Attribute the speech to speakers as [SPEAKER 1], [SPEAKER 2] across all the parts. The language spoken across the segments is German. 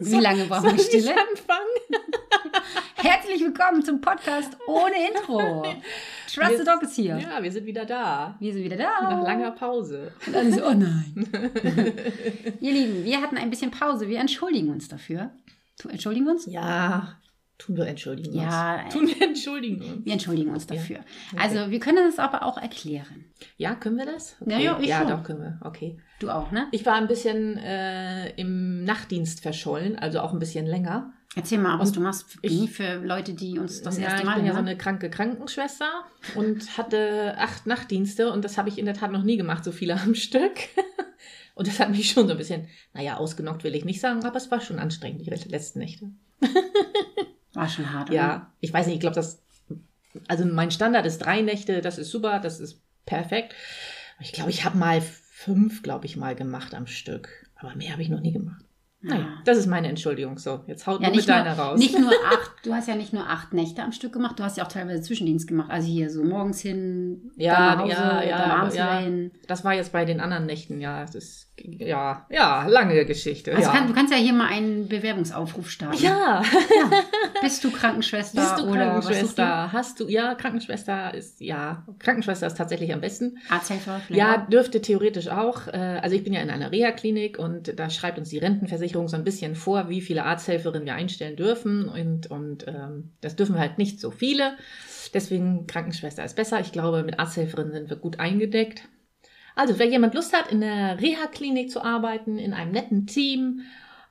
[SPEAKER 1] Wie lange brauchen wir
[SPEAKER 2] Soll ich
[SPEAKER 1] Stille?
[SPEAKER 2] anfangen?
[SPEAKER 1] Herzlich willkommen zum Podcast ohne Intro. Trust the
[SPEAKER 2] Wir-
[SPEAKER 1] Dog ist hier.
[SPEAKER 2] Ja, wir sind wieder da.
[SPEAKER 1] Wir sind wieder
[SPEAKER 2] Nach
[SPEAKER 1] da.
[SPEAKER 2] langer Pause.
[SPEAKER 1] Und alle so, oh nein. Ihr Lieben, wir hatten ein bisschen Pause. Wir entschuldigen uns dafür. Tu- Entschuldigen wir uns?
[SPEAKER 2] Ja, tun wir entschuldigen
[SPEAKER 1] Ja,
[SPEAKER 2] uns. Tun wir entschuldigen uns.
[SPEAKER 1] wir entschuldigen uns dafür.
[SPEAKER 2] okay.
[SPEAKER 1] Also, wir können das aber auch erklären.
[SPEAKER 2] Ja, können wir das?
[SPEAKER 1] Ja, ja, ich
[SPEAKER 2] ja
[SPEAKER 1] schon.
[SPEAKER 2] doch, können wir. Okay.
[SPEAKER 1] Du auch, ne?
[SPEAKER 2] Ich war ein bisschen äh, im Nachtdienst verschollen, also auch ein bisschen länger.
[SPEAKER 1] Erzähl mal, was du machst
[SPEAKER 2] ich-
[SPEAKER 1] für Leute, die uns das
[SPEAKER 2] ja,
[SPEAKER 1] erste
[SPEAKER 2] ich
[SPEAKER 1] Mal
[SPEAKER 2] bin ja so
[SPEAKER 1] hören.
[SPEAKER 2] eine kranke Krankenschwester und hatte acht Nachtdienste und das habe ich in der Tat noch nie gemacht, so viele am Stück. Und das hat mich schon so ein bisschen, naja, ausgenockt will ich nicht sagen, aber es war schon anstrengend, die letzten Nächte.
[SPEAKER 1] War schon hart. oder?
[SPEAKER 2] Ja, ich weiß nicht, ich glaube, das. Also mein Standard ist drei Nächte, das ist super, das ist perfekt. Ich glaube, ich habe mal fünf, glaube ich, mal gemacht am Stück. Aber mehr habe ich noch nie gemacht. Naja,
[SPEAKER 1] Ja.
[SPEAKER 2] das ist meine Entschuldigung. So, jetzt haut
[SPEAKER 1] Ja,
[SPEAKER 2] du mit
[SPEAKER 1] nicht nur,
[SPEAKER 2] deiner raus.
[SPEAKER 1] nicht nur acht, du hast ja nicht nur acht Nächte am Stück gemacht, du hast ja auch teilweise Zwischendienst gemacht. Also hier so morgens hin,
[SPEAKER 2] Ja,
[SPEAKER 1] dann nach Hause,
[SPEAKER 2] ja, ja,
[SPEAKER 1] dann abends
[SPEAKER 2] ja.
[SPEAKER 1] wieder hin.
[SPEAKER 2] Das war jetzt bei den anderen Nächten, ja. Das ist, ja, ja, lange Geschichte.
[SPEAKER 1] Also
[SPEAKER 2] ja.
[SPEAKER 1] kann, du kannst ja hier mal einen Bewerbungsaufruf starten.
[SPEAKER 2] ja,
[SPEAKER 1] Bist du Krankenschwester?
[SPEAKER 2] bist du
[SPEAKER 1] oder was suchst du?
[SPEAKER 2] Krankenschwester? Hast du, ja, Krankenschwester ist, ja, Krankenschwester ist tatsächlich am besten.
[SPEAKER 1] Arzthelfer? vielleicht
[SPEAKER 2] Ja,
[SPEAKER 1] auch?
[SPEAKER 2] dürfte theoretisch auch. Äh, Also ich bin ja in einer Reha-Klinik und da schreibt uns die Rentenversicherung so ein bisschen vor, wie viele Arzthelferinnen wir einstellen dürfen und, und ähm, das dürfen wir halt nicht so viele. Deswegen Krankenschwester ist besser. Ich glaube, mit Arzthelferinnen sind wir gut eingedeckt. Also, wenn jemand Lust hat, in der Reha-Klinik zu arbeiten, in einem netten Team,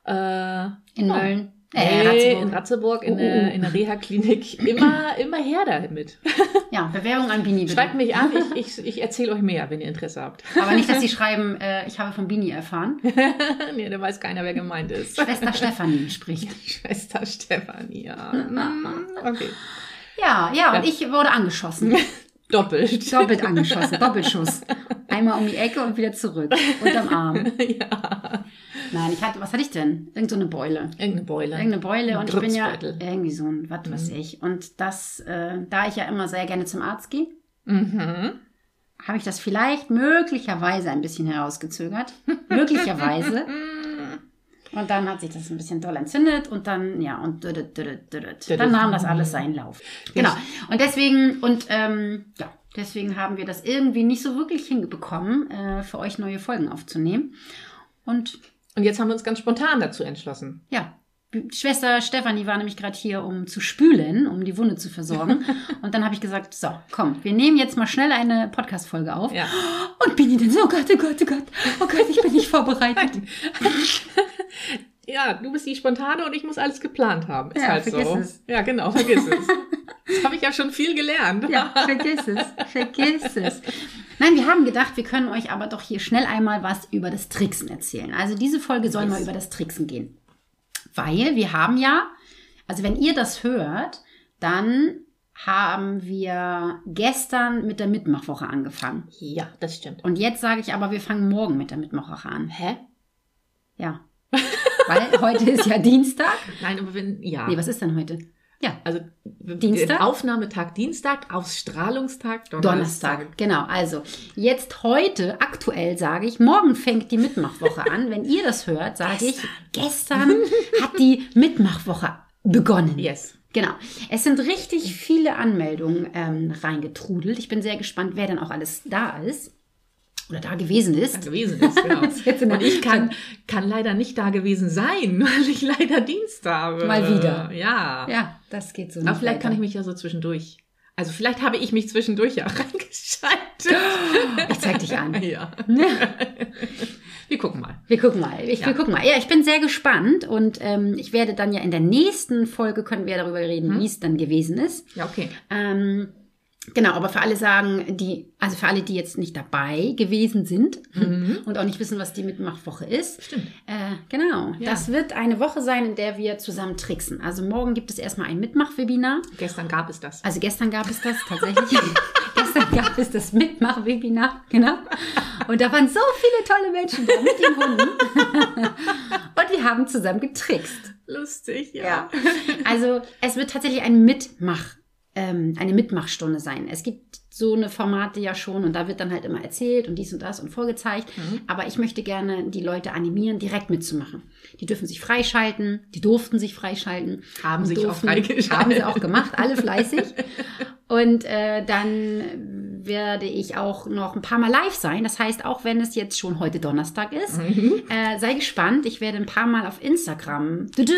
[SPEAKER 2] äh,
[SPEAKER 1] In
[SPEAKER 2] ja.
[SPEAKER 1] Mölln? Äh,
[SPEAKER 2] nee,
[SPEAKER 1] Ratzeburg.
[SPEAKER 2] in Ratzeburg, in,
[SPEAKER 1] Oh,
[SPEAKER 2] der-
[SPEAKER 1] oh.
[SPEAKER 2] in der Reha-Klinik, immer, immer her damit.
[SPEAKER 1] Ja, Bewerbung an Bini bitte.
[SPEAKER 2] Schreibt mich an, ich, ich, ich erzähle euch mehr, wenn ihr Interesse habt.
[SPEAKER 1] Aber nicht, dass sie schreiben, äh, ich habe von Bini erfahren.
[SPEAKER 2] nee, da weiß keiner, wer gemeint ist.
[SPEAKER 1] Schwester Stefanie spricht.
[SPEAKER 2] Schwester Stefanie, ja. Mm,
[SPEAKER 1] Ah.
[SPEAKER 2] Okay.
[SPEAKER 1] Ja, ja, und
[SPEAKER 2] Ja.
[SPEAKER 1] ich wurde angeschossen.
[SPEAKER 2] Doppelt.
[SPEAKER 1] Doppelt angeschossen, Doppelschuss. Einmal um die Ecke und wieder zurück. Unterm Arm.
[SPEAKER 2] ja.
[SPEAKER 1] Nein, ich hatte, was hatte ich denn? Irgend so eine Beule.
[SPEAKER 2] Irgendeine Beule. Mhm.
[SPEAKER 1] Irgendeine Beule und ich bin ja
[SPEAKER 2] Drucksbeutel.
[SPEAKER 1] irgendwie so ein, was weiß ich. Und das, äh, da ich ja immer sehr gerne zum Arzt gehe,
[SPEAKER 2] Mhm.
[SPEAKER 1] habe ich das vielleicht möglicherweise ein bisschen herausgezögert. möglicherweise. Und dann hat sich das ein bisschen doll entzündet und dann, ja, und düdüt, düdüt, düdüt. dann nahm das alles seinen Lauf.
[SPEAKER 2] Mhm.
[SPEAKER 1] Genau. Und deswegen, und ähm, ja, deswegen haben wir das irgendwie nicht so wirklich hinbekommen, äh, für euch neue Folgen aufzunehmen. Und
[SPEAKER 2] Und jetzt haben wir uns ganz spontan dazu entschlossen.
[SPEAKER 1] ja, Schwester Stefanie war nämlich gerade hier, um zu spülen, um die Wunde zu versorgen. Und dann habe ich gesagt, so, komm, wir nehmen jetzt mal schnell eine Podcast-Folge auf.
[SPEAKER 2] Ja.
[SPEAKER 1] Und bin ich denn so, oh Gott, oh Gott, oh Gott, oh Gott, ich bin nicht vorbereitet.
[SPEAKER 2] ja, du bist die Spontane und ich muss alles geplant haben. Ist
[SPEAKER 1] Ja,
[SPEAKER 2] halt so.
[SPEAKER 1] vergiss es.
[SPEAKER 2] Ja, genau, vergiss es. Das habe ich ja schon viel gelernt.
[SPEAKER 1] Ja, vergiss es, vergiss es. Nein, wir haben gedacht, wir können euch aber doch hier schnell einmal was über das Tricksen erzählen. Also diese Folge soll mal über das Tricksen gehen. Weil wir haben ja, also wenn ihr das hört, dann haben wir gestern mit der Mitmachwoche angefangen.
[SPEAKER 2] Ja, das stimmt.
[SPEAKER 1] Und jetzt sage ich aber, wir fangen morgen mit der Mitmachwoche an.
[SPEAKER 2] Hä?
[SPEAKER 1] Ja. Weil heute ist ja Dienstag.
[SPEAKER 2] Nein, aber wenn, ja.
[SPEAKER 1] Nee, was ist denn heute? Ja,
[SPEAKER 2] also
[SPEAKER 1] Dienstag?
[SPEAKER 2] Aufnahmetag Dienstag, Ausstrahlungstag Donnerstag.
[SPEAKER 1] Donnerstag, genau. Also jetzt heute, aktuell sage ich, morgen fängt die Mitmachwoche an. Wenn ihr das hört, sage ich, gestern hat die Mitmachwoche begonnen.
[SPEAKER 2] Yes.
[SPEAKER 1] Genau. Es sind richtig viele Anmeldungen ähm, reingetrudelt. Ich bin sehr gespannt, wer denn auch alles da ist oder da gewesen ist.
[SPEAKER 2] gewesen ist, genau.
[SPEAKER 1] jetzt in der-
[SPEAKER 2] Und ich kann, kann leider nicht da gewesen sein, weil ich leider Dienst habe.
[SPEAKER 1] Mal wieder.
[SPEAKER 2] Ja.
[SPEAKER 1] Ja, das geht so
[SPEAKER 2] Aber vielleicht kann ich mich ja so zwischendurch. Also vielleicht habe ich mich zwischendurch ja reingeschaltet.
[SPEAKER 1] Ich zeig dich an.
[SPEAKER 2] Ja. Wir gucken mal.
[SPEAKER 1] Wir gucken mal. Ich, Wir
[SPEAKER 2] Ja.
[SPEAKER 1] gucken mal. Ja, ich bin sehr gespannt und ähm, ich werde dann ja in der nächsten Folge können wir darüber reden,
[SPEAKER 2] Mhm.
[SPEAKER 1] wie es dann gewesen ist.
[SPEAKER 2] Ja, okay.
[SPEAKER 1] Ähm, genau, aber für alle sagen, die, also für alle, die jetzt nicht dabei gewesen sind und auch nicht wissen, was die Mitmachwoche ist.
[SPEAKER 2] Mhm. Stimmt.
[SPEAKER 1] Äh, genau.
[SPEAKER 2] Ja.
[SPEAKER 1] Das wird eine Woche sein, in der wir zusammen tricksen. Also morgen gibt es erstmal ein Mitmach-Webinar.
[SPEAKER 2] Gestern gab es das.
[SPEAKER 1] Also gestern gab es das tatsächlich. gestern gab es das Mitmach-Webinar, genau. Und da waren so viele tolle Menschen da mit den Hunden. Und wir haben zusammen getrickst.
[SPEAKER 2] Lustig,
[SPEAKER 1] Ja. Also es wird tatsächlich ein Mitmach, ähm, eine Mitmachstunde sein. Es gibt so eine Formate ja schon und da wird dann halt immer erzählt und dies und das und vorgezeigt. Aber ich möchte gerne die Leute animieren, direkt mitzumachen. Die dürfen sich freischalten, die durften sich freischalten.
[SPEAKER 2] Haben sich auch
[SPEAKER 1] durften-
[SPEAKER 2] freigeschaltet.
[SPEAKER 1] Haben sie auch gemacht, alle fleißig. Und äh, dann werde ich auch noch ein paar Mal live sein. Das heißt, auch wenn es jetzt schon heute Donnerstag ist,
[SPEAKER 2] Mhm.
[SPEAKER 1] äh, sei gespannt. Ich werde ein paar Mal auf Instagram tudu,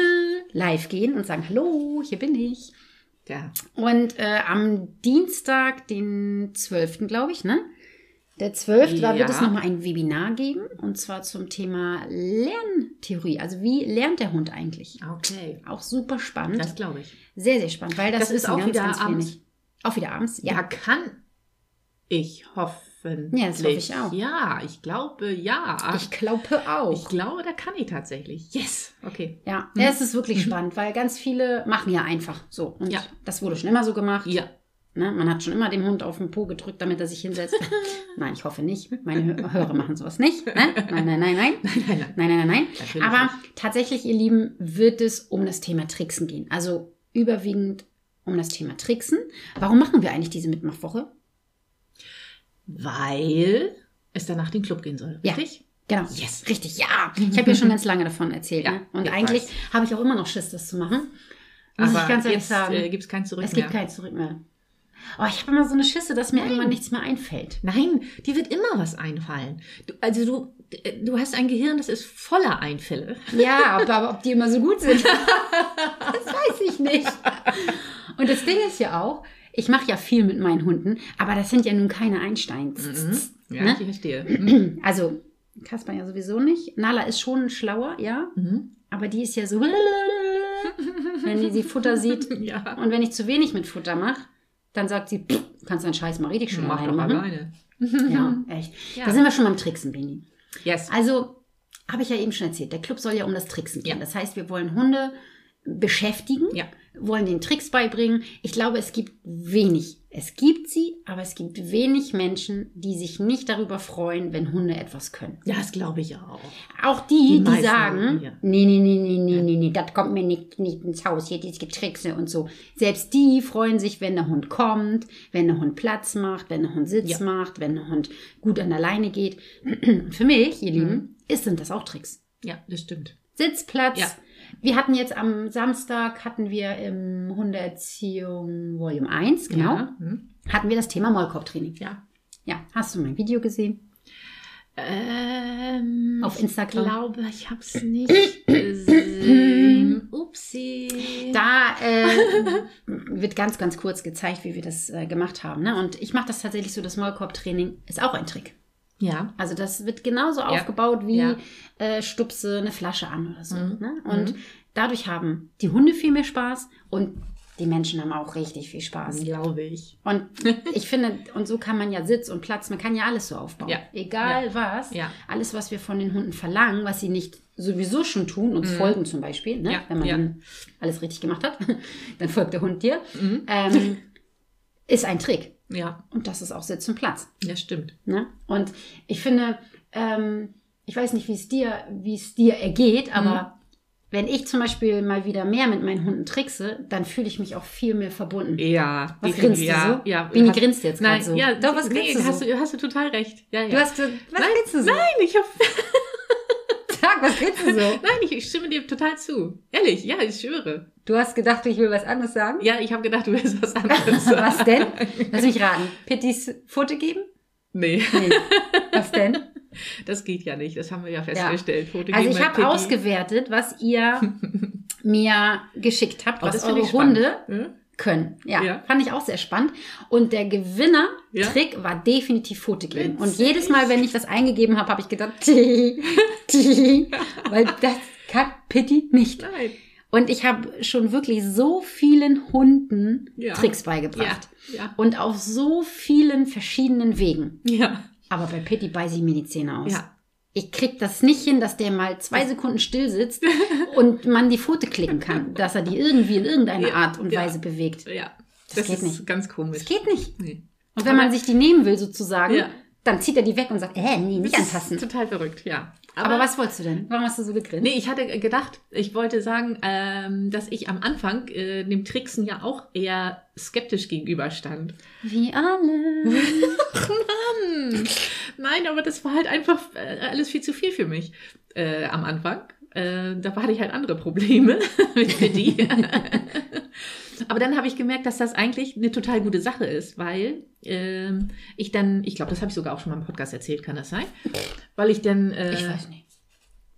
[SPEAKER 1] live gehen und sagen, hallo, hier bin ich.
[SPEAKER 2] Ja.
[SPEAKER 1] Und äh, am Dienstag, den 12., glaube ich, ne? Der 12. Da wird
[SPEAKER 2] Ja.
[SPEAKER 1] es nochmal ein Webinar geben und zwar zum Thema Lerntheorie. Also wie lernt der Hund eigentlich?
[SPEAKER 2] Okay.
[SPEAKER 1] Auch super spannend.
[SPEAKER 2] Das glaube ich.
[SPEAKER 1] sehr, sehr spannend, weil das,
[SPEAKER 2] Das ist
[SPEAKER 1] wissen
[SPEAKER 2] auch
[SPEAKER 1] ganz,
[SPEAKER 2] wieder
[SPEAKER 1] ganz
[SPEAKER 2] abends.
[SPEAKER 1] wenig. Auch wieder abends,
[SPEAKER 2] Ja,
[SPEAKER 1] ja.
[SPEAKER 2] kann ich hoffentlich.
[SPEAKER 1] Ja, das hoffe ich auch.
[SPEAKER 2] Ja, ich glaube, ja.
[SPEAKER 1] Ich glaube auch.
[SPEAKER 2] Ich glaube, da kann ich tatsächlich. Yes. Okay.
[SPEAKER 1] ja,
[SPEAKER 2] Mhm.
[SPEAKER 1] es ist wirklich spannend, weil ganz viele machen ja einfach so. Und
[SPEAKER 2] Ja.
[SPEAKER 1] das wurde schon immer so gemacht.
[SPEAKER 2] Ja.
[SPEAKER 1] Ne? Man hat schon immer den Hund auf den Po gedrückt, damit er sich hinsetzt. nein, ich hoffe nicht. Meine Hö- Hörer machen sowas nicht. Ne? Nein, nein, nein, nein.
[SPEAKER 2] Nein, nein, nein.
[SPEAKER 1] Nein, nein, nein, nein.
[SPEAKER 2] Natürlich
[SPEAKER 1] Aber
[SPEAKER 2] nicht.
[SPEAKER 1] tatsächlich, ihr Lieben, wird es um das Thema Tricksen gehen. Also überwiegend um das Thema Tricksen. Warum machen wir eigentlich diese Mitmachwoche?
[SPEAKER 2] Weil es danach den Club gehen soll.
[SPEAKER 1] Ja.
[SPEAKER 2] Richtig?
[SPEAKER 1] Genau.
[SPEAKER 2] Yes.
[SPEAKER 1] Richtig, ja. Ich habe ja schon ganz lange davon erzählt.
[SPEAKER 2] Ja,
[SPEAKER 1] ne? Und
[SPEAKER 2] ich
[SPEAKER 1] eigentlich
[SPEAKER 2] weiß.
[SPEAKER 1] habe ich auch immer noch Schiss, das zu machen. Muss ich ganz ehrlich
[SPEAKER 2] jetzt
[SPEAKER 1] sagen.
[SPEAKER 2] äh, gibt es kein Zurück
[SPEAKER 1] es gibt
[SPEAKER 2] mehr.
[SPEAKER 1] kein Zurück mehr. Oh, ich habe immer so eine Schisse, dass mir
[SPEAKER 2] Nein.
[SPEAKER 1] irgendwann nichts mehr einfällt.
[SPEAKER 2] Nein, dir wird immer was einfallen. Du, also du, äh, du hast ein Gehirn, das ist voller Einfälle.
[SPEAKER 1] Ja, aber, aber ob die immer so gut sind, das weiß ich nicht. Und das Ding ist ja auch, ich mache ja viel mit meinen Hunden, aber das sind ja nun keine Einsteins.
[SPEAKER 2] Mhm. Ja,
[SPEAKER 1] Ne?
[SPEAKER 2] ich verstehe. Mhm.
[SPEAKER 1] Also, Kasper ja sowieso nicht. Nala ist schon schlauer, ja,
[SPEAKER 2] Mhm.
[SPEAKER 1] aber die ist ja so, wenn die, sie Futter sieht.
[SPEAKER 2] Ja.
[SPEAKER 1] Und wenn ich zu wenig mit Futter mache, dann sagt sie, "Pff, kannst deinen Scheiß mal richtig schön
[SPEAKER 2] Mach
[SPEAKER 1] alleine
[SPEAKER 2] doch
[SPEAKER 1] machen.
[SPEAKER 2] alleine.
[SPEAKER 1] Ja, echt.
[SPEAKER 2] Ja.
[SPEAKER 1] Da sind wir schon beim Tricksen, Bini.
[SPEAKER 2] Yes.
[SPEAKER 1] Also, habe ich ja eben schon erzählt, der Club soll ja um das Tricksen gehen.
[SPEAKER 2] Ja.
[SPEAKER 1] Das heißt, wir wollen Hunde beschäftigen,
[SPEAKER 2] Ja.
[SPEAKER 1] wollen den Tricks beibringen. Ich glaube, es gibt wenig. Es gibt sie, aber es gibt wenig Menschen, die sich nicht darüber freuen, wenn Hunde etwas können.
[SPEAKER 2] Ja, das glaube ich auch.
[SPEAKER 1] Auch die,
[SPEAKER 2] Die
[SPEAKER 1] die,
[SPEAKER 2] meisten,
[SPEAKER 1] sagen,
[SPEAKER 2] ja.
[SPEAKER 1] nee, nee, nee, nee, nee, nee, nee, das kommt mir nicht, nicht ins Haus, hier dieses Getrickse und so. Selbst die freuen sich, wenn der Hund kommt, wenn der Hund Platz macht, wenn der Hund Sitz
[SPEAKER 2] Ja.
[SPEAKER 1] macht, wenn der Hund gut an der Leine geht. Für mich,
[SPEAKER 2] Mhm.
[SPEAKER 1] ihr Lieben, ist sind das auch Tricks.
[SPEAKER 2] Ja, das stimmt.
[SPEAKER 1] Sitzplatz.
[SPEAKER 2] Ja.
[SPEAKER 1] Wir hatten jetzt am Samstag, hatten wir im Hundeerziehung Volume 1, genau,
[SPEAKER 2] Ja. Mhm.
[SPEAKER 1] hatten wir das Thema Maulkorbtraining.
[SPEAKER 2] ja.
[SPEAKER 1] Ja, hast du mein Video gesehen?
[SPEAKER 2] Ähm,
[SPEAKER 1] Auf Instagram.
[SPEAKER 2] Ich glaube, ich habe es nicht gesehen. Upsi.
[SPEAKER 1] Da äh, wird ganz, ganz kurz gezeigt, wie wir das äh, gemacht haben. Ne? Und ich mache das tatsächlich so, das Maulkorbtraining ist auch ein Trick.
[SPEAKER 2] ja.
[SPEAKER 1] Also das wird genauso aufgebaut wie
[SPEAKER 2] Ja.
[SPEAKER 1] äh, Stupse eine Flasche an oder so.
[SPEAKER 2] Mhm.
[SPEAKER 1] Ne? Und dadurch haben die Hunde viel mehr Spaß und die Menschen haben auch richtig viel Spaß.
[SPEAKER 2] Glaube ich.
[SPEAKER 1] Und ich finde, und so kann man ja Sitz und Platz, man kann ja alles so aufbauen.
[SPEAKER 2] Ja.
[SPEAKER 1] Egal was,
[SPEAKER 2] Ja.
[SPEAKER 1] alles, was wir von den Hunden verlangen, was sie nicht sowieso schon tun, uns folgen zum Beispiel, ne?
[SPEAKER 2] Mhm. Ja,
[SPEAKER 1] wenn man
[SPEAKER 2] ja.
[SPEAKER 1] dann alles richtig gemacht hat, dann folgt der Hund dir, ähm, ist ein Trick.
[SPEAKER 2] Mhm. Ja,
[SPEAKER 1] Und das ist auch Sitz und Platz.
[SPEAKER 2] das stimmt.
[SPEAKER 1] Ne? Und ich finde, ähm, ich weiß nicht, wie es dir, wie es dir
[SPEAKER 2] Mhm.
[SPEAKER 1] ergeht, aber wenn ich zum Beispiel mal wieder mehr mit meinen Hunden trickse, dann dann fühle ich mich auch viel mehr verbunden.
[SPEAKER 2] Ja.
[SPEAKER 1] Was
[SPEAKER 2] definitiv.
[SPEAKER 1] grinst du
[SPEAKER 2] ja.
[SPEAKER 1] so?
[SPEAKER 2] Ja.
[SPEAKER 1] Bini
[SPEAKER 2] Hast-
[SPEAKER 1] grinst jetzt gerade
[SPEAKER 2] Nein,
[SPEAKER 1] so.
[SPEAKER 2] ja,
[SPEAKER 1] Doch, was grinst
[SPEAKER 2] nee,
[SPEAKER 1] du so?
[SPEAKER 2] Hast du, hast du total recht. Ja, ja.
[SPEAKER 1] Du hast, was
[SPEAKER 2] Nein,
[SPEAKER 1] willst du so?
[SPEAKER 2] Nein, ich hab,
[SPEAKER 1] Sag, was willst du so?
[SPEAKER 2] nein ich, ich stimme dir total zu. Ehrlich, ja, ich schwöre.
[SPEAKER 1] Du hast gedacht, ich will was anderes sagen?
[SPEAKER 2] Ja, ich habe gedacht, du willst was anderes sagen.
[SPEAKER 1] Was denn? Lass mich raten. Pittys Pfote geben?
[SPEAKER 2] Nee,
[SPEAKER 1] Nee. Was denn?
[SPEAKER 2] das geht ja nicht. Das haben wir ja festgestellt. Foto
[SPEAKER 1] Also
[SPEAKER 2] geben
[SPEAKER 1] ich
[SPEAKER 2] bei Piggy.
[SPEAKER 1] habe ausgewertet, was ihr mir geschickt habt,
[SPEAKER 2] Oh,
[SPEAKER 1] was
[SPEAKER 2] das finde
[SPEAKER 1] eure
[SPEAKER 2] ich spannend. Hm?
[SPEAKER 1] Hunde
[SPEAKER 2] Ja?
[SPEAKER 1] können. Ja,
[SPEAKER 2] Ja.
[SPEAKER 1] fand ich auch sehr spannend. Und der Gewinner-Trick
[SPEAKER 2] Ja.
[SPEAKER 1] war definitiv Pfote geben. Und
[SPEAKER 2] Witzig.
[SPEAKER 1] jedes Mal, wenn ich das eingegeben habe, habe ich gedacht, tee, tee, weil das kann Pitti nicht.
[SPEAKER 2] Nein.
[SPEAKER 1] Und ich habe schon wirklich so vielen Hunden
[SPEAKER 2] Ja.
[SPEAKER 1] Tricks beigebracht.
[SPEAKER 2] Ja.
[SPEAKER 1] Und auf so vielen verschiedenen Wegen.
[SPEAKER 2] Ja.
[SPEAKER 1] Aber bei Pitti beiße ich mir die Zähne aus.
[SPEAKER 2] Ja.
[SPEAKER 1] Ich krieg das nicht hin, dass der mal zwei Sekunden still sitzt und man die Pfote klicken kann, dass er die irgendwie in irgendeiner
[SPEAKER 2] Ja,
[SPEAKER 1] Art und
[SPEAKER 2] ja.
[SPEAKER 1] Weise bewegt.
[SPEAKER 2] ja.
[SPEAKER 1] Das
[SPEAKER 2] Das,
[SPEAKER 1] geht
[SPEAKER 2] ist
[SPEAKER 1] nicht.
[SPEAKER 2] ganz komisch.
[SPEAKER 1] Das geht nicht.
[SPEAKER 2] Nee.
[SPEAKER 1] Und wenn man sich die nehmen will sozusagen,
[SPEAKER 2] Ja.
[SPEAKER 1] dann zieht er die weg und sagt, äh, nee, nicht
[SPEAKER 2] Das ist
[SPEAKER 1] anfassen.
[SPEAKER 2] Total verrückt, ja.
[SPEAKER 1] Aber, was wolltest du denn? Warum hast du so gegrinst?
[SPEAKER 2] Nee, ich hatte gedacht, ich wollte sagen, ähm, dass ich am Anfang äh, dem Tricksen ja auch eher skeptisch gegenüberstand.
[SPEAKER 1] Wie alle.
[SPEAKER 2] Mann! Hm. Nein, aber das war halt einfach äh, alles viel zu viel für mich äh, am Anfang. Äh, da hatte ich halt andere Probleme mit mit die. aber dann habe ich gemerkt, dass das eigentlich eine total gute Sache ist, weil ähm, ich dann, ich glaube, das habe ich sogar auch schon mal im Podcast erzählt, kann das sein? Weil ich dann, äh,
[SPEAKER 1] Ich weiß nicht.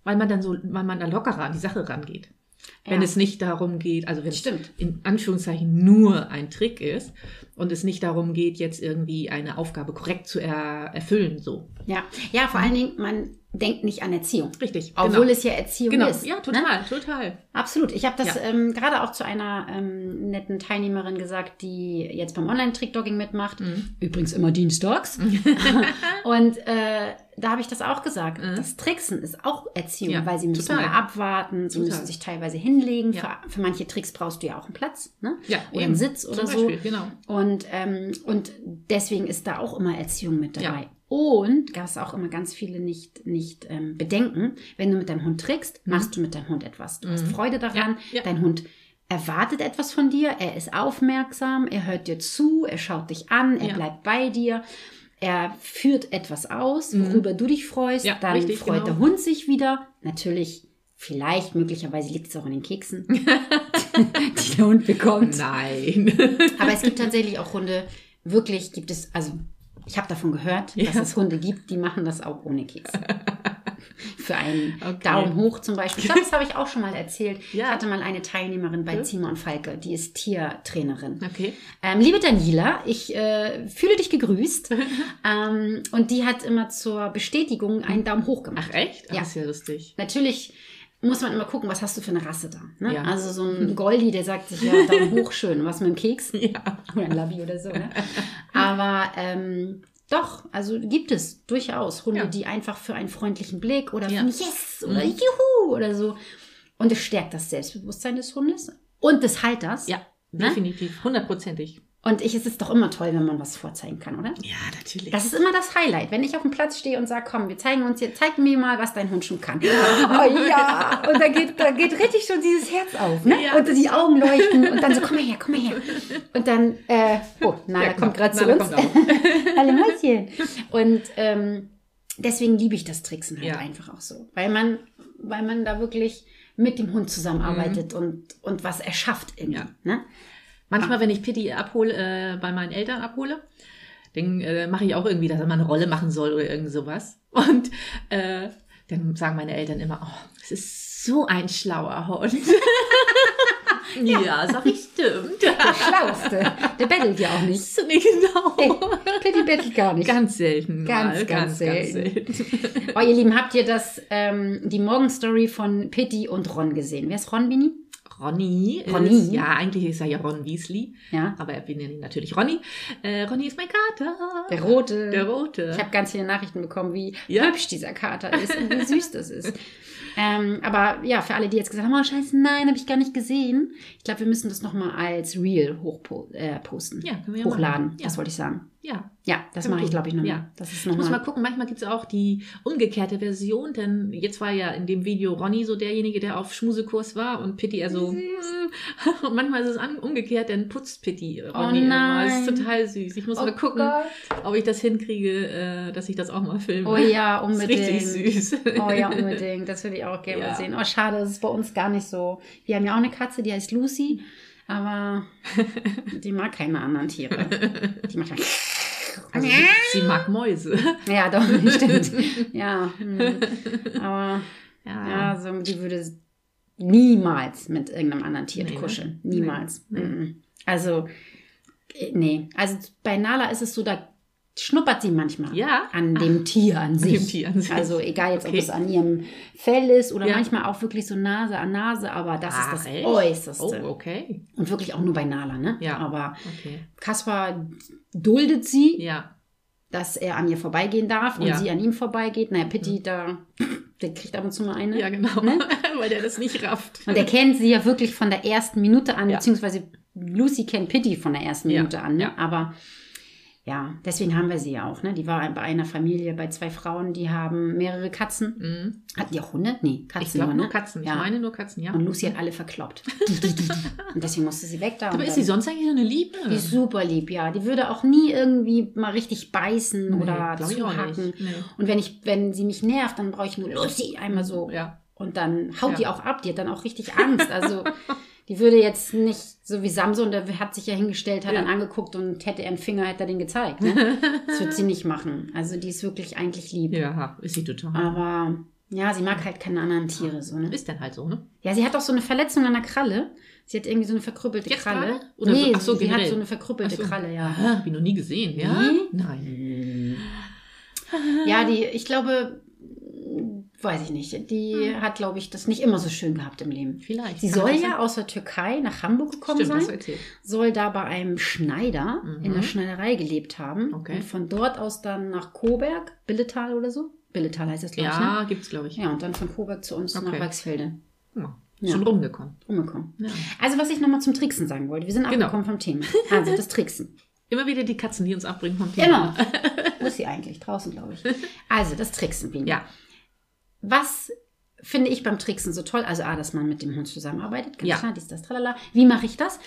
[SPEAKER 2] weil man dann so, weil man da lockerer an die Sache rangeht. Wenn
[SPEAKER 1] Ja.
[SPEAKER 2] es nicht darum geht, also wenn es
[SPEAKER 1] Stimmt.
[SPEAKER 2] in Anführungszeichen nur ein Trick ist und es nicht darum geht, jetzt irgendwie eine Aufgabe korrekt zu er erfüllen, so.
[SPEAKER 1] Ja. ja, vor allen Dingen, man denkt nicht an Erziehung.
[SPEAKER 2] Richtig.
[SPEAKER 1] Obwohl es ja Erziehung
[SPEAKER 2] genau.
[SPEAKER 1] ist.
[SPEAKER 2] Ja,
[SPEAKER 1] ne?
[SPEAKER 2] total, total.
[SPEAKER 1] Absolut. Ich habe das
[SPEAKER 2] Ja.
[SPEAKER 1] ähm, gerade auch zu einer ähm, netten Teilnehmerin gesagt, die jetzt beim Online-Trickdogging mitmacht.
[SPEAKER 2] Mhm.
[SPEAKER 1] Übrigens immer dienstags. und äh, da habe ich das auch gesagt.
[SPEAKER 2] Mhm.
[SPEAKER 1] Das Tricksen ist auch Erziehung,
[SPEAKER 2] Ja,
[SPEAKER 1] weil sie müssen
[SPEAKER 2] total.
[SPEAKER 1] mal abwarten, sie
[SPEAKER 2] Total.
[SPEAKER 1] müssen sich teilweise hinlegen.
[SPEAKER 2] Ja.
[SPEAKER 1] Für, für manche Tricks brauchst du ja auch einen Platz ne?
[SPEAKER 2] Ja,
[SPEAKER 1] oder
[SPEAKER 2] eben.
[SPEAKER 1] einen Sitz
[SPEAKER 2] Zum
[SPEAKER 1] oder so.
[SPEAKER 2] Beispiel, genau.
[SPEAKER 1] Und, ähm, und deswegen ist da auch immer Erziehung mit dabei.
[SPEAKER 2] Ja.
[SPEAKER 1] Und gab es auch immer ganz viele nicht, nicht ähm, Bedenken. Wenn du mit deinem Hund trickst, machst du mit deinem Hund etwas. Du hast
[SPEAKER 2] Mhm.
[SPEAKER 1] Freude daran.
[SPEAKER 2] Ja, ja.
[SPEAKER 1] Dein Hund erwartet etwas von dir. Er ist aufmerksam. Er hört dir zu. Er schaut dich an. Er
[SPEAKER 2] Ja.
[SPEAKER 1] bleibt bei dir. Er führt etwas aus, worüber du dich freust.
[SPEAKER 2] Mhm. Ja,
[SPEAKER 1] Dann
[SPEAKER 2] richtig,
[SPEAKER 1] freut der
[SPEAKER 2] genau.
[SPEAKER 1] Hund sich wieder. Natürlich, vielleicht, möglicherweise liegt es auch an den Keksen, die der Hund bekommt.
[SPEAKER 2] Oh Nein.
[SPEAKER 1] Aber es gibt tatsächlich auch Hunde, wirklich gibt es, also ich habe davon gehört, dass
[SPEAKER 2] Ja.
[SPEAKER 1] es Hunde gibt, die machen das auch ohne Keks. Für einen
[SPEAKER 2] Okay.
[SPEAKER 1] Daumen hoch zum Beispiel. Ich glaube, das habe ich auch schon mal erzählt.
[SPEAKER 2] Ja.
[SPEAKER 1] Ich hatte mal eine Teilnehmerin bei
[SPEAKER 2] Ja.
[SPEAKER 1] Zima und Falke, die ist Tiertrainerin.
[SPEAKER 2] Okay.
[SPEAKER 1] Ähm, liebe Daniela, ich äh, fühle dich gegrüßt. ähm, und die hat immer zur Bestätigung einen Daumen hoch gemacht.
[SPEAKER 2] Ach echt?
[SPEAKER 1] Ja.
[SPEAKER 2] Das ist ja lustig.
[SPEAKER 1] Natürlich muss man immer gucken, was hast du für eine Rasse da. Ne?
[SPEAKER 2] Ja.
[SPEAKER 1] Also so ein Goldi, der sagt sich, ja, Daumen hoch, schön. Was mit dem Keks?
[SPEAKER 2] Ja.
[SPEAKER 1] oder ein Labi oder so. Ne? Aber ähm, doch, also gibt es durchaus Hunde,
[SPEAKER 2] Ja.
[SPEAKER 1] die einfach für einen freundlichen Blick oder
[SPEAKER 2] Ja.
[SPEAKER 1] für ein Yes oder
[SPEAKER 2] Mhm.
[SPEAKER 1] Juhu oder so. Und es stärkt das Selbstbewusstsein des Hundes und des Halters.
[SPEAKER 2] Ja,
[SPEAKER 1] Ne?
[SPEAKER 2] definitiv. Hundertprozentig.
[SPEAKER 1] Und ich, es ist doch immer toll, wenn man was vorzeigen kann, oder?
[SPEAKER 2] Ja, natürlich.
[SPEAKER 1] Das ist immer das Highlight, wenn ich auf dem Platz stehe und sage, komm, wir zeigen uns jetzt, zeig mir mal, was dein Hund schon kann. Oh ja, und da geht, da geht richtig schon dieses Herz auf, ne?
[SPEAKER 2] Ja.
[SPEAKER 1] Und die Augen leuchten und dann so, komm mal her, komm mal her. Und dann, äh, oh, Nala
[SPEAKER 2] Ja,
[SPEAKER 1] kommt gerade zu
[SPEAKER 2] Nala
[SPEAKER 1] uns.
[SPEAKER 2] kommt auch.
[SPEAKER 1] Alle Mäuschen. Und ähm, deswegen liebe ich das Tricksen halt
[SPEAKER 2] Ja.
[SPEAKER 1] einfach auch so, weil man, weil man da wirklich mit dem Hund zusammenarbeitet und, und was erschafft irgendwie,
[SPEAKER 2] Ja.
[SPEAKER 1] ne?
[SPEAKER 2] Manchmal, wenn ich Pitti abhole, äh, bei meinen Eltern abhole, dann äh, mache ich auch irgendwie, dass er mal eine Rolle machen soll oder irgend sowas. Und äh, dann sagen meine Eltern immer, oh, es ist so ein schlauer Hund. ja. sag ich, stimmt.
[SPEAKER 1] Der Schlauste, der bettelt ja auch nicht.
[SPEAKER 2] So, nee, genau.
[SPEAKER 1] Hey, Pitti bettelt gar nicht.
[SPEAKER 2] Ganz selten.
[SPEAKER 1] Ganz,
[SPEAKER 2] mal.
[SPEAKER 1] ganz selten.
[SPEAKER 2] ganz
[SPEAKER 1] Oh, ihr Lieben, habt ihr das, ähm, die Morgenstory von Pitti und Ron gesehen? Wer ist Ron, Bini?
[SPEAKER 2] Ronny.
[SPEAKER 1] Ronny?
[SPEAKER 2] Ist, ja, eigentlich ist er ja Ron Weasley,
[SPEAKER 1] Ja,
[SPEAKER 2] aber wir nennen ihn natürlich Ronny. Äh, Ronny ist mein Kater.
[SPEAKER 1] der Rote.
[SPEAKER 2] Der Rote.
[SPEAKER 1] Ich habe ganz viele Nachrichten bekommen, wie
[SPEAKER 2] Ja.
[SPEAKER 1] hübsch dieser Kater ist und wie süß das ist. Ähm, aber ja, für alle, die jetzt gesagt haben, oh scheiße, nein, habe ich gar nicht gesehen. Ich glaube, wir müssen das nochmal als Real hochposten. Äh, posten.
[SPEAKER 2] ja, können wir ja
[SPEAKER 1] Hochladen,
[SPEAKER 2] machen. Ja.
[SPEAKER 1] das wollte ich sagen.
[SPEAKER 2] Ja,
[SPEAKER 1] Ja, das
[SPEAKER 2] Können
[SPEAKER 1] mache ich,
[SPEAKER 2] wir
[SPEAKER 1] glaube ich,
[SPEAKER 2] tun.
[SPEAKER 1] nochmal.
[SPEAKER 2] Ja.
[SPEAKER 1] Das ist
[SPEAKER 2] ich muss mal
[SPEAKER 1] nochmal.
[SPEAKER 2] gucken, manchmal gibt es auch die umgekehrte Version, denn jetzt war ja in dem Video Ronny so derjenige, der auf Schmusekurs war und Pitti eher so. mm. Und manchmal ist es an, umgekehrt, dann putzt Pitti Ronny immer. Das ist
[SPEAKER 1] Oh nein. Oh
[SPEAKER 2] total süß. Ich muss mal gucken, ob ich das hinkriege, äh, dass ich das auch mal filme.
[SPEAKER 1] Oh ja,
[SPEAKER 2] das ist
[SPEAKER 1] unbedingt.
[SPEAKER 2] richtig süß.
[SPEAKER 1] Oh ja, unbedingt. Das würde ich auch gerne
[SPEAKER 2] Ja.
[SPEAKER 1] mal sehen. Oh, schade, das ist bei uns gar nicht so. Wir haben ja auch eine Katze, die heißt Lucy, aber die mag keine anderen Tiere. Die macht dann
[SPEAKER 2] Also, sie, sie mag Mäuse.
[SPEAKER 1] ja, doch, stimmt. Ja, hm. aber
[SPEAKER 2] Ja.
[SPEAKER 1] ja, so, die würde niemals mit irgendeinem anderen Tier
[SPEAKER 2] Nee, ne?
[SPEAKER 1] kuscheln. Niemals.
[SPEAKER 2] Nee.
[SPEAKER 1] Mhm. Also, äh, nee. Also bei Nala ist es so, da schnuppert sie manchmal
[SPEAKER 2] Ja?
[SPEAKER 1] an dem Tier an sich.
[SPEAKER 2] dem Tier an sich.
[SPEAKER 1] Also egal jetzt,
[SPEAKER 2] Okay.
[SPEAKER 1] ob es an ihrem Fell ist oder
[SPEAKER 2] Ja.
[SPEAKER 1] manchmal auch wirklich so Nase an Nase, aber das
[SPEAKER 2] Ach,
[SPEAKER 1] ist das
[SPEAKER 2] echt? Oh,
[SPEAKER 1] Äußerste.
[SPEAKER 2] okay.
[SPEAKER 1] Und wirklich auch nur bei Nala, ne?
[SPEAKER 2] Ja.
[SPEAKER 1] Aber
[SPEAKER 2] Okay.
[SPEAKER 1] Kaspar duldet sie,
[SPEAKER 2] Ja.
[SPEAKER 1] dass er an ihr vorbeigehen darf und
[SPEAKER 2] Ja. Mhm.
[SPEAKER 1] sie an ihm vorbeigeht. Naja, Pitti, da der kriegt ab und zu mal eine.
[SPEAKER 2] Ja, genau.
[SPEAKER 1] Ne?
[SPEAKER 2] Weil der das nicht rafft.
[SPEAKER 1] Und er kennt sie ja wirklich von der ersten Minute an,
[SPEAKER 2] Ja.
[SPEAKER 1] beziehungsweise Lucy kennt Pitti von der ersten
[SPEAKER 2] Ja.
[SPEAKER 1] Minute an, ne? Aber ja, deswegen haben wir sie ja auch. Ne? Die war bei einer Familie, bei zwei Frauen, die haben mehrere Katzen.
[SPEAKER 2] Mhm.
[SPEAKER 1] Hatten die auch Hunde? Nee,
[SPEAKER 2] Ich
[SPEAKER 1] Katzen
[SPEAKER 2] glaube
[SPEAKER 1] nur,
[SPEAKER 2] nur
[SPEAKER 1] ne?
[SPEAKER 2] Katzen. Ich
[SPEAKER 1] Ja.
[SPEAKER 2] meine nur Katzen, ja.
[SPEAKER 1] Und Lucy hat alle verkloppt. und deswegen musste sie weg da.
[SPEAKER 2] Aber
[SPEAKER 1] und
[SPEAKER 2] ist sie
[SPEAKER 1] dann-
[SPEAKER 2] sonst eigentlich so eine Liebe?
[SPEAKER 1] Die ist super lieb, ja. Die würde auch nie irgendwie mal richtig beißen oder
[SPEAKER 2] glaub ich auch
[SPEAKER 1] zuhacken.
[SPEAKER 2] nicht. Nee.
[SPEAKER 1] Und wenn ich, wenn sie mich nervt, dann brauche ich nur Lucy einmal so.
[SPEAKER 2] Ja.
[SPEAKER 1] Und dann haut
[SPEAKER 2] Ja.
[SPEAKER 1] die auch ab. Die hat dann auch richtig Angst. Also die würde jetzt nicht so wie Samson, der hat sich ja hingestellt, hat
[SPEAKER 2] Ja.
[SPEAKER 1] dann angeguckt und hätte er einen Finger, hätte er den gezeigt. Ne? Das wird sie nicht machen. Also die ist wirklich eigentlich lieb.
[SPEAKER 2] Ja, ist sie total.
[SPEAKER 1] Aber ja, sie mag halt keine anderen Tiere so, Ah, ne?
[SPEAKER 2] Ist dann halt so, ne?
[SPEAKER 1] Ja, sie hat auch so eine Verletzung an der Kralle. Sie hat irgendwie so eine verkrüppelte
[SPEAKER 2] Jetzt
[SPEAKER 1] Kralle.
[SPEAKER 2] gerade? Oder so-
[SPEAKER 1] nee,
[SPEAKER 2] ach so,
[SPEAKER 1] sie sie hat
[SPEAKER 2] generell.
[SPEAKER 1] so eine verkrüppelte
[SPEAKER 2] Ach so.
[SPEAKER 1] Kralle, ja.
[SPEAKER 2] Ah, hab ich noch nie gesehen, ja?
[SPEAKER 1] Nee?
[SPEAKER 2] Nein. Ah.
[SPEAKER 1] Ja, die, ich glaube, mm, weiß ich nicht, die hat, glaube ich, das nicht immer so schön gehabt im Leben.
[SPEAKER 2] Vielleicht.
[SPEAKER 1] Sie
[SPEAKER 2] Hm. Kann
[SPEAKER 1] soll
[SPEAKER 2] das sein?
[SPEAKER 1] ja aus der Türkei nach Hamburg gekommen
[SPEAKER 2] Stimmt, hast du
[SPEAKER 1] sein,
[SPEAKER 2] erzählt.
[SPEAKER 1] soll da bei einem Schneider
[SPEAKER 2] Mhm.
[SPEAKER 1] in der Schneiderei gelebt haben
[SPEAKER 2] Okay.
[SPEAKER 1] und von dort aus dann nach Coburg, Billetal oder so. Billetal heißt das, glaube ich, ne?
[SPEAKER 2] Ja, gibt's, glaube ich.
[SPEAKER 1] Ja, und dann von Coburg zu uns nach
[SPEAKER 2] Okay.
[SPEAKER 1] Wachsfelde
[SPEAKER 2] Ja.
[SPEAKER 1] Ja.
[SPEAKER 2] Schon rumgekommen.
[SPEAKER 1] umgekommen.
[SPEAKER 2] Ja.
[SPEAKER 1] Also, was ich nochmal zum Tricksen sagen wollte, wir sind
[SPEAKER 2] Genau.
[SPEAKER 1] abgekommen vom Thema. Also, das Tricksen.
[SPEAKER 2] Immer wieder die Katzen, die uns abbringen vom
[SPEAKER 1] Genau.
[SPEAKER 2] Thema.
[SPEAKER 1] Muss sie eigentlich, draußen, glaube ich. Also, das Tricksen, Biene.
[SPEAKER 2] Ja.
[SPEAKER 1] Was finde ich beim Tricksen so toll? Also, A, dass man mit dem Hund zusammenarbeitet, ganz
[SPEAKER 2] Ja.
[SPEAKER 1] klar, dies, das, tralala. Wie mache ich das?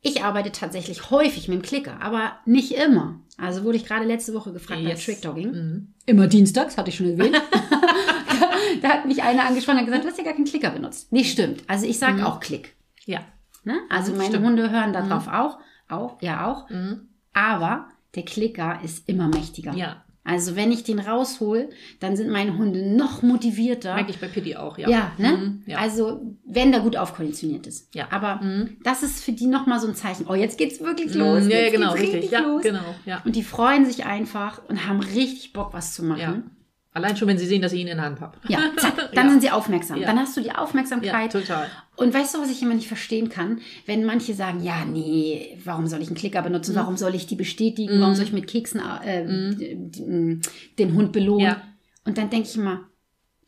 [SPEAKER 1] Ich arbeite tatsächlich häufig mit dem Klicker, aber nicht immer. Also wurde ich gerade letzte Woche gefragt bei
[SPEAKER 2] äh, Yes.
[SPEAKER 1] Trickdogging.
[SPEAKER 2] Mhm.
[SPEAKER 1] Immer dienstags, hatte ich schon erwähnt. da hat mich einer angesprochen und gesagt, du hast ja gar keinen Klicker benutzt. Nicht stimmt. Also ich sage auch Klick.
[SPEAKER 2] Ja.
[SPEAKER 1] Ne? Also meine
[SPEAKER 2] Mhm. Stimmt.
[SPEAKER 1] Hunde hören darauf auch, auch, ja auch.
[SPEAKER 2] Mhm.
[SPEAKER 1] Aber der Klicker ist immer mächtiger.
[SPEAKER 2] Ja.
[SPEAKER 1] Also wenn ich den raushol, dann sind meine Hunde noch motivierter.
[SPEAKER 2] Merke ich bei Pitti auch, ja.
[SPEAKER 1] ja, ne?
[SPEAKER 2] Mhm. Ja.
[SPEAKER 1] Also wenn der gut aufkonditioniert ist.
[SPEAKER 2] Ja.
[SPEAKER 1] Aber
[SPEAKER 2] Mhm.
[SPEAKER 1] das ist für die nochmal so ein Zeichen. Oh, jetzt geht's wirklich
[SPEAKER 2] Mhm.
[SPEAKER 1] los.
[SPEAKER 2] ja, ja,
[SPEAKER 1] jetzt
[SPEAKER 2] genau,
[SPEAKER 1] geht's
[SPEAKER 2] richtig. Ja, genau. Ja.
[SPEAKER 1] Und die freuen sich einfach und haben richtig Bock, was zu
[SPEAKER 2] ja.
[SPEAKER 1] machen.
[SPEAKER 2] Allein schon, wenn sie sehen, dass ich ihn in der Hand habe.
[SPEAKER 1] Ja, zack, dann
[SPEAKER 2] Ja.
[SPEAKER 1] sind sie aufmerksam.
[SPEAKER 2] Ja.
[SPEAKER 1] Dann hast du die
[SPEAKER 2] Ja,
[SPEAKER 1] Aufmerksamkeit.
[SPEAKER 2] total.
[SPEAKER 1] Und weißt du, was ich immer nicht verstehen kann? Wenn manche sagen, ja, nee, warum soll ich einen Klicker benutzen?
[SPEAKER 2] Mhm.
[SPEAKER 1] Warum soll ich die bestätigen? Warum soll ich mit Keksen äh, d- d- den Hund belohnen?
[SPEAKER 2] Ja.
[SPEAKER 1] Und dann denke ich immer,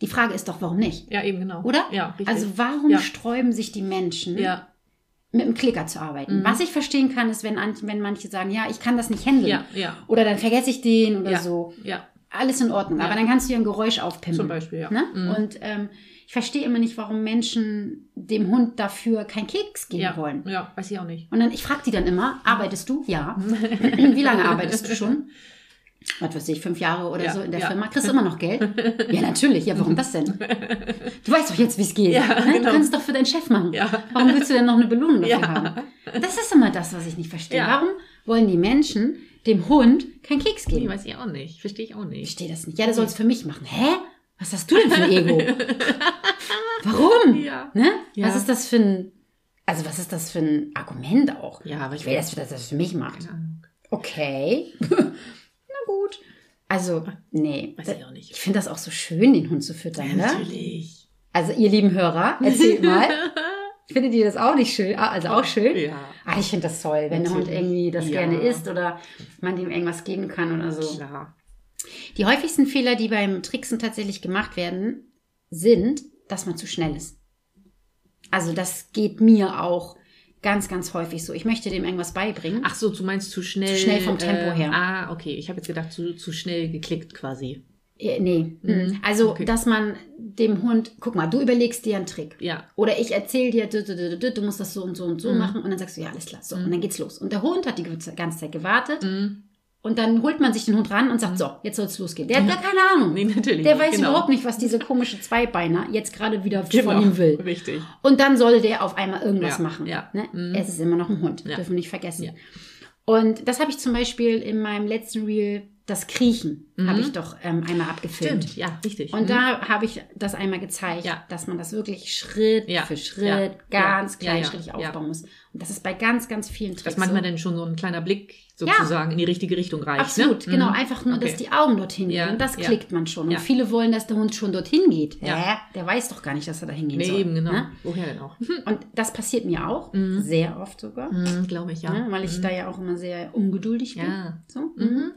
[SPEAKER 1] die Frage ist doch, warum nicht?
[SPEAKER 2] Ja, eben genau.
[SPEAKER 1] Oder?
[SPEAKER 2] Ja, richtig.
[SPEAKER 1] Also warum
[SPEAKER 2] Ja.
[SPEAKER 1] sträuben sich die Menschen,
[SPEAKER 2] ja, Mhm.
[SPEAKER 1] mit einem Klicker zu arbeiten? Was ich verstehen kann, ist, wenn, an- wenn manche sagen, ja, ich kann das nicht handeln.
[SPEAKER 2] ja, ja.
[SPEAKER 1] Oder dann vergesse ich den oder
[SPEAKER 2] ja.
[SPEAKER 1] so.
[SPEAKER 2] Ja,
[SPEAKER 1] Alles in Ordnung. Aber dann kannst du ja ein Geräusch aufpimpen.
[SPEAKER 2] zum Beispiel, ja.
[SPEAKER 1] Ne?
[SPEAKER 2] Mhm.
[SPEAKER 1] Und ähm, ich verstehe immer nicht, warum Menschen dem Hund dafür keinen Keks geben
[SPEAKER 2] ja.
[SPEAKER 1] wollen.
[SPEAKER 2] Ja, weiß ich auch nicht.
[SPEAKER 1] Und dann, ich frage die dann immer, arbeitest du? Ja. Wie lange arbeitest du schon? Was weiß ich, fünf Jahre oder
[SPEAKER 2] Ja,
[SPEAKER 1] so in der
[SPEAKER 2] ja.
[SPEAKER 1] Firma. Kriegst du immer noch Geld? ja, natürlich. Ja, warum das denn? Du weißt doch jetzt, wie es geht.
[SPEAKER 2] Ja,
[SPEAKER 1] ne?
[SPEAKER 2] genau.
[SPEAKER 1] Du kannst es doch für deinen Chef machen.
[SPEAKER 2] Ja.
[SPEAKER 1] Warum willst du denn noch eine Belohnung dafür
[SPEAKER 2] Ja.
[SPEAKER 1] haben? Das ist immer das, was ich nicht verstehe.
[SPEAKER 2] Ja.
[SPEAKER 1] Warum wollen die Menschen dem Hund keinen Keks
[SPEAKER 2] Nee,
[SPEAKER 1] geben?
[SPEAKER 2] weiß ich auch nicht. Verstehe ich auch
[SPEAKER 1] Ich
[SPEAKER 2] nicht.
[SPEAKER 1] verstehe das nicht. Ja, der soll es für mich machen. Hä? Was hast du denn für ein Ego? Warum?
[SPEAKER 2] Ja.
[SPEAKER 1] Ne?
[SPEAKER 2] Ja.
[SPEAKER 1] Was ist das für ein, also was ist das für ein Argument auch?
[SPEAKER 2] Ja, Genau. aber ich
[SPEAKER 1] Ich will, dass das das für mich macht.
[SPEAKER 2] Keine Ahnung.
[SPEAKER 1] Okay. Na gut. Also, nee.
[SPEAKER 2] Weiß ich auch nicht.
[SPEAKER 1] Ich finde das auch so schön, den Hund zu füttern, ne?
[SPEAKER 2] Natürlich.
[SPEAKER 1] Also, ihr lieben Hörer, erzählt mal. Findet ihr das auch nicht schön? Ah, Also auch schön?
[SPEAKER 2] Ja.
[SPEAKER 1] Ah, ich finde das toll, wenn der Hund
[SPEAKER 2] Natürlich.
[SPEAKER 1] irgendwie das
[SPEAKER 2] Ja.
[SPEAKER 1] gerne isst oder man dem irgendwas geben kann oder so.
[SPEAKER 2] Klar.
[SPEAKER 1] Die häufigsten Fehler, die beim Tricksen tatsächlich gemacht werden, sind, dass man zu schnell ist. Also das geht mir auch ganz, ganz häufig so. Ich möchte dem irgendwas beibringen.
[SPEAKER 2] Ach so, du meinst zu schnell.
[SPEAKER 1] Zu schnell vom Tempo
[SPEAKER 2] ähm,
[SPEAKER 1] her.
[SPEAKER 2] Ah, okay. Ich habe jetzt gedacht, zu, zu schnell geklickt quasi.
[SPEAKER 1] Äh, nee.
[SPEAKER 2] Mhm.
[SPEAKER 1] Also,
[SPEAKER 2] Okay.
[SPEAKER 1] dass man dem Hund, guck mal, du überlegst dir einen Trick.
[SPEAKER 2] Ja.
[SPEAKER 1] Oder ich erzähle dir, du, du, du, du, du musst das so und so und so
[SPEAKER 2] Mhm.
[SPEAKER 1] machen. Und dann sagst du, ja, alles klar. So, und dann geht's los. Und der Hund hat die ganze Zeit gewartet.
[SPEAKER 2] Mhm.
[SPEAKER 1] Und dann holt man sich den Hund ran und sagt, so, jetzt soll's losgehen. Der hat gar keine Ahnung.
[SPEAKER 2] Nee, natürlich.
[SPEAKER 1] Der weiß
[SPEAKER 2] genau.
[SPEAKER 1] überhaupt nicht, was diese komische Zweibeiner jetzt gerade wieder
[SPEAKER 2] genau.
[SPEAKER 1] von ihm will.
[SPEAKER 2] Richtig.
[SPEAKER 1] Und dann soll der auf einmal irgendwas
[SPEAKER 2] Ja,
[SPEAKER 1] machen.
[SPEAKER 2] ja.
[SPEAKER 1] Ne?
[SPEAKER 2] Mhm.
[SPEAKER 1] Es ist immer noch ein Hund,
[SPEAKER 2] Ja.
[SPEAKER 1] dürfen wir nicht vergessen.
[SPEAKER 2] Ja.
[SPEAKER 1] Und das habe ich zum Beispiel in meinem letzten Reel, das Kriechen, habe ich doch ähm, einmal abgefilmt.
[SPEAKER 2] Mhm. Stimmt, ja, richtig.
[SPEAKER 1] Und
[SPEAKER 2] Mhm.
[SPEAKER 1] da habe ich das einmal gezeigt,
[SPEAKER 2] Ja.
[SPEAKER 1] dass man das wirklich Schritt
[SPEAKER 2] Ja,
[SPEAKER 1] für
[SPEAKER 2] ja,
[SPEAKER 1] Schritt
[SPEAKER 2] ja,
[SPEAKER 1] ganz
[SPEAKER 2] ja, ja,
[SPEAKER 1] kleinschrittig
[SPEAKER 2] ja.
[SPEAKER 1] aufbauen muss. Und das ist bei ganz, ganz vielen Tricks
[SPEAKER 2] dass
[SPEAKER 1] so.
[SPEAKER 2] manchmal dann schon so ein kleiner Blick sozusagen in die richtige Richtung reicht.
[SPEAKER 1] Absolut,
[SPEAKER 2] ne?
[SPEAKER 1] genau.
[SPEAKER 2] Mhm.
[SPEAKER 1] Einfach nur, dass
[SPEAKER 2] Okay.
[SPEAKER 1] die Augen dorthin
[SPEAKER 2] Ja,
[SPEAKER 1] gehen. Und das
[SPEAKER 2] ja.
[SPEAKER 1] klickt man schon. Und
[SPEAKER 2] Ja.
[SPEAKER 1] viele wollen, dass der Hund schon dorthin geht.
[SPEAKER 2] Ja.
[SPEAKER 1] Hä? Der weiß doch gar nicht, dass er dahin gehen
[SPEAKER 2] Nee,
[SPEAKER 1] soll.
[SPEAKER 2] eben, genau.
[SPEAKER 1] ne?
[SPEAKER 2] Woher denn auch?
[SPEAKER 1] Und das passiert mir auch,
[SPEAKER 2] Mhm.
[SPEAKER 1] sehr oft sogar,
[SPEAKER 2] Mhm, Glaube ich, ja.
[SPEAKER 1] ne? weil ich da ja auch immer sehr ungeduldig bin.
[SPEAKER 2] Ja.
[SPEAKER 1] So.
[SPEAKER 2] Mhm.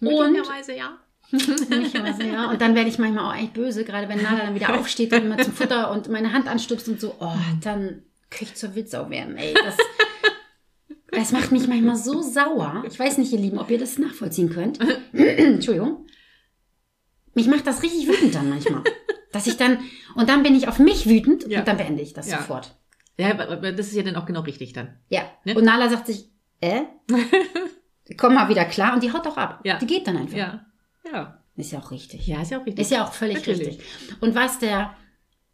[SPEAKER 1] Und,
[SPEAKER 2] Möglicherweise, ja.
[SPEAKER 1] mich immer sehr. und dann werde ich manchmal auch eigentlich böse, gerade wenn Nala dann wieder aufsteht und immer zum Futter
[SPEAKER 2] Mhm.
[SPEAKER 1] und meine Hand anstupst und so, oh, dann krieg ich zur Wildsau werden. Ey, das, Das macht mich manchmal so sauer. Ich weiß nicht, ihr Lieben, ob ihr das nachvollziehen könnt. Entschuldigung. Mich macht das richtig wütend dann manchmal. Dass ich dann, und dann bin ich auf mich wütend
[SPEAKER 2] Ja.
[SPEAKER 1] und dann beende ich das
[SPEAKER 2] Ja.
[SPEAKER 1] sofort.
[SPEAKER 2] Ja, aber- aber das ist ja dann auch genau richtig dann.
[SPEAKER 1] Ja.
[SPEAKER 2] Ne?
[SPEAKER 1] Und Nala sagt sich, äh? Komm mal wieder klar und die haut auch ab.
[SPEAKER 2] Ja.
[SPEAKER 1] Die geht dann einfach.
[SPEAKER 2] Ja. Ja.
[SPEAKER 1] Ist ja auch richtig.
[SPEAKER 2] Ja, ist ja auch richtig.
[SPEAKER 1] Ist ja auch völlig
[SPEAKER 2] Natürlich.
[SPEAKER 1] richtig. Und was der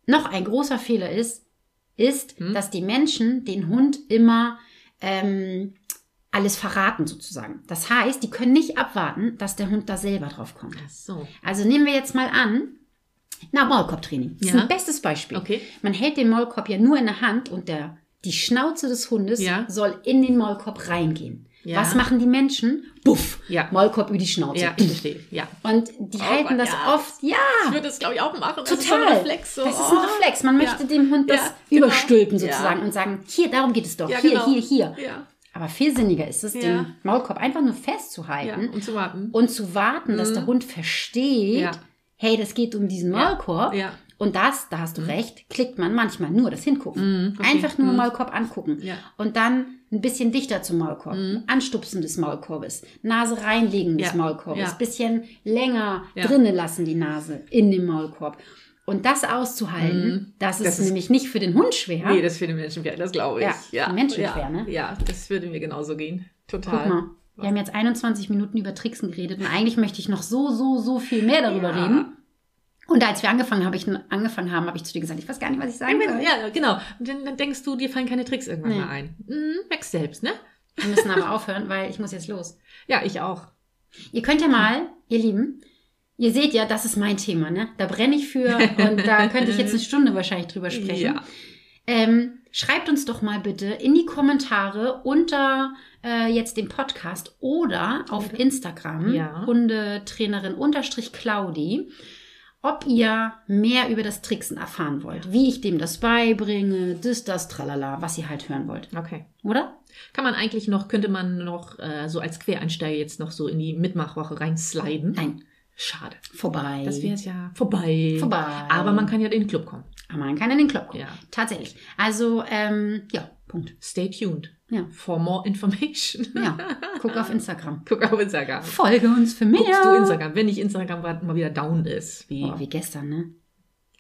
[SPEAKER 1] noch ein großer Fehler ist, ist,
[SPEAKER 2] Hm?
[SPEAKER 1] dass die Menschen den Hund immer ähm, alles verraten sozusagen. Das heißt, die können nicht abwarten, dass der Hund da selber drauf kommt.
[SPEAKER 2] Ach so.
[SPEAKER 1] Also nehmen wir jetzt mal an, na, Maulkorbtraining. Das ist
[SPEAKER 2] Ja.
[SPEAKER 1] ein bestes Beispiel.
[SPEAKER 2] Okay.
[SPEAKER 1] Man hält den Maulkorb ja nur in der Hand und der, die Schnauze des Hundes
[SPEAKER 2] Ja.
[SPEAKER 1] soll in den Maulkorb reingehen.
[SPEAKER 2] Ja.
[SPEAKER 1] Was machen die Menschen? Buff,
[SPEAKER 2] Ja.
[SPEAKER 1] Maulkorb über die Schnauze.
[SPEAKER 2] Ja, ich verstehe. Ja.
[SPEAKER 1] Und die
[SPEAKER 2] Oh
[SPEAKER 1] halten
[SPEAKER 2] Gott,
[SPEAKER 1] das
[SPEAKER 2] ja.
[SPEAKER 1] oft, ja,
[SPEAKER 2] Ich würde das, glaube ich, auch machen. Das ist so ein
[SPEAKER 1] Ah. total.
[SPEAKER 2] Reflex. So.
[SPEAKER 1] Das ist ein
[SPEAKER 2] oh.
[SPEAKER 1] Reflex. Man möchte dem Hund das
[SPEAKER 2] Ja, genau.
[SPEAKER 1] überstülpen
[SPEAKER 2] Ja.
[SPEAKER 1] sozusagen und sagen, hier, darum geht es doch,
[SPEAKER 2] Ja,
[SPEAKER 1] hier,
[SPEAKER 2] genau.
[SPEAKER 1] hier, hier.
[SPEAKER 2] Ja.
[SPEAKER 1] Aber viel sinniger ist es,
[SPEAKER 2] Ja.
[SPEAKER 1] den Maulkorb einfach nur
[SPEAKER 2] ja.
[SPEAKER 1] festzuhalten
[SPEAKER 2] Und zu warten.
[SPEAKER 1] und zu warten, dass der Hund versteht,
[SPEAKER 2] Mhm. Ja.
[SPEAKER 1] hey, das geht um diesen Maulkorb.
[SPEAKER 2] Ja. Mhm.
[SPEAKER 1] Und das, da hast du recht, klickt man manchmal nur das Hingucken.
[SPEAKER 2] okay. Mhm.
[SPEAKER 1] Einfach nur Maulkorb angucken.
[SPEAKER 2] Ja. Mhm.
[SPEAKER 1] Und dann ein bisschen dichter zum Maulkorb. Anstupsen des Maulkorbes. Nase reinlegen des
[SPEAKER 2] Ja.
[SPEAKER 1] Maulkorbes.
[SPEAKER 2] Ja.
[SPEAKER 1] Bisschen länger
[SPEAKER 2] Ja.
[SPEAKER 1] drinnen lassen die Nase in dem Maulkorb. Und das auszuhalten, das, ist
[SPEAKER 2] Mhm. Das ist-
[SPEAKER 1] nämlich nicht für den Hund schwer.
[SPEAKER 2] Nee, das für den Menschen wäre, das glaube ich.
[SPEAKER 1] Ja, für den Menschen
[SPEAKER 2] ja.
[SPEAKER 1] schwer, ne?
[SPEAKER 2] Ja, das würde mir genauso gehen.
[SPEAKER 1] Guck
[SPEAKER 2] Total.
[SPEAKER 1] mal, wir haben jetzt 21 Minuten über Tricksen geredet und eigentlich möchte ich noch so, so, so viel mehr darüber
[SPEAKER 2] Ja.
[SPEAKER 1] reden. Und als wir angefangen, habe ich, angefangen haben, habe ich zu dir gesagt, ich weiß gar nicht, was ich sagen soll.
[SPEAKER 2] Ja, genau. Und dann, dann denkst du, dir fallen keine Tricks irgendwann
[SPEAKER 1] Nee.
[SPEAKER 2] mal ein. Mhm, wächst selbst, ne?
[SPEAKER 1] Wir müssen aber aufhören, weil ich muss jetzt los.
[SPEAKER 2] Ja, ich auch.
[SPEAKER 1] Ihr könnt ja mal, ihr Lieben, ihr seht ja, das ist mein Thema, ne? Da brenne ich für und da könnte ich jetzt eine Stunde wahrscheinlich drüber sprechen.
[SPEAKER 2] Ja.
[SPEAKER 1] Ähm, schreibt uns doch mal bitte in die Kommentare unter äh, jetzt dem Podcast oder auf Instagram
[SPEAKER 2] Ja.
[SPEAKER 1] Hundetrainerin unterstrich Claudi, ob ihr mehr über das Tricksen erfahren wollt, wie ich dem das beibringe, das, das, tralala, was ihr halt hören wollt,
[SPEAKER 2] Okay.
[SPEAKER 1] oder?
[SPEAKER 2] Kann man eigentlich noch, könnte man noch äh, so als Quereinsteiger jetzt noch so in die Mitmachwoche reinsliden?
[SPEAKER 1] Nein,
[SPEAKER 2] Schade.
[SPEAKER 1] vorbei.
[SPEAKER 2] Das wäre jetzt ja vorbei.
[SPEAKER 1] vorbei.
[SPEAKER 2] Aber man kann ja in den Club kommen.
[SPEAKER 1] Aber man kann in den Club kommen.
[SPEAKER 2] Ja.
[SPEAKER 1] Tatsächlich. Also, ähm, ja, Punkt.
[SPEAKER 2] Stay tuned
[SPEAKER 1] Ja.
[SPEAKER 2] for more information.
[SPEAKER 1] Ja, guck auf Instagram.
[SPEAKER 2] Guck auf Instagram.
[SPEAKER 1] Folge uns für mehr.
[SPEAKER 2] Guckst du Instagram, wenn nicht Instagram gerade mal wieder down ist. Wie,
[SPEAKER 1] Oh, wie gestern, ne?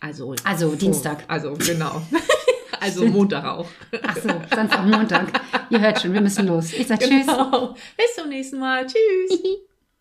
[SPEAKER 2] Also,
[SPEAKER 1] Also,
[SPEAKER 2] vor-
[SPEAKER 1] Dienstag.
[SPEAKER 2] Also, genau. also Montag auch.
[SPEAKER 1] Ach so, Samstag, Montag. Ihr hört schon, wir müssen los. Ich sag Tschüss.
[SPEAKER 2] Genau. Bis zum nächsten Mal. Tschüss.